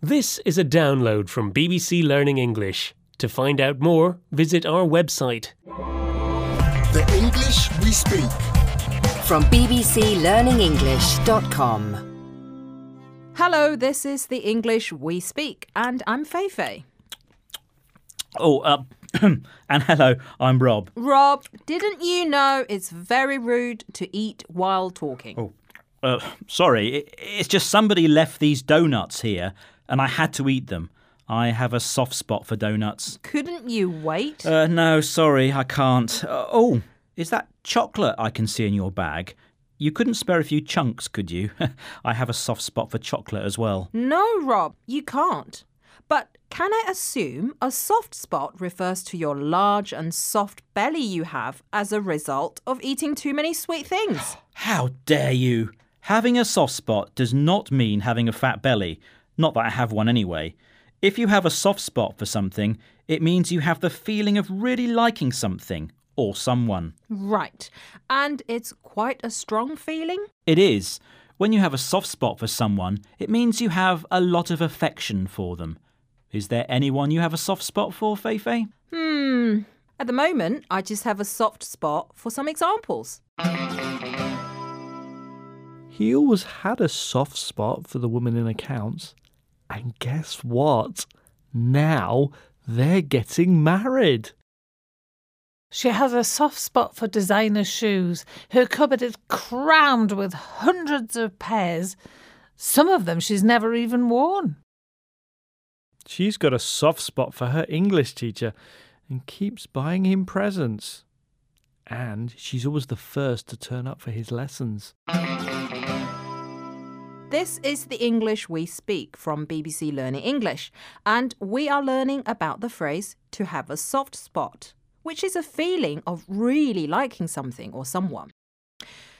This is a download from BBC Learning English. To find out more, visit our website. The English we speak. from bbclearningenglish.com. Hello, this is the English we speak, and I'm Feifei. Oh, uh, and hello, I'm Rob. Rob, didn't you know it's very rude to eat while talking? Uh, sorry, it, it's just somebody left these donuts here and I had to eat them. I have a soft spot for donuts. Couldn't you wait? Uh, no, sorry, I can't. Uh, oh, is that chocolate I can see in your bag? You couldn't spare a few chunks, could you? I have a soft spot for chocolate as well. no, Rob, you can't. But can I assume a soft spot refers to your large and soft belly you have as a result of eating too many sweet things? How dare you! Having a soft spot does not mean having a fat belly. Not that I have one anyway. If you have a soft spot for something, it means you have the feeling of really liking something or someone. right. And it's quite a strong feeling? It is. When you have a soft spot for someone, it means you have a lot of affection for them. Is there anyone you have a soft spot for, Feifei? Hmm. At the moment, I just have a soft spot for some examples. He always had a soft spot for the woman in accounts. And guess what? Now they're getting married. She has a soft spot for designer shoes. Her cupboard is crammed with hundreds of pairs. Some of them she's never even worn. She's got a soft spot for her English teacher and keeps buying him presents. And she's always the first to turn up for his lessons. This is the English we speak from BBC Learning English, and we are learning about the phrase to have a soft spot, which is a feeling of really liking something or someone.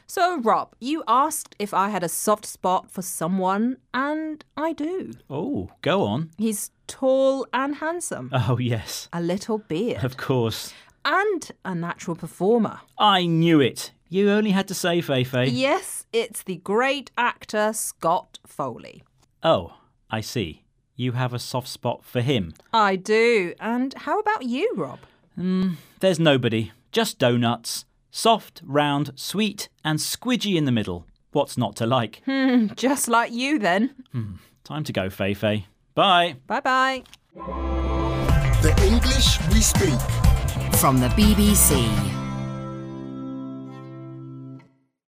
So, Rob, you asked if I had a soft spot for someone, and I do. Oh, go on. He's tall and handsome, Oh, yes. a little beard, Of course. and a natural performer. I knew it. You only had to say, Feifei. Yes, it's the great actor Scott Foley. Oh, I see. You have a soft spot for him. I do. And how about you, Rob? Mm, there's nobody. Just donuts. Soft, round, sweet, and squidgy in the middle. What's not to like? Hmm, just like you then. Time to go, Feifei. Bye. Bye bye. The English we speak. From the BBC.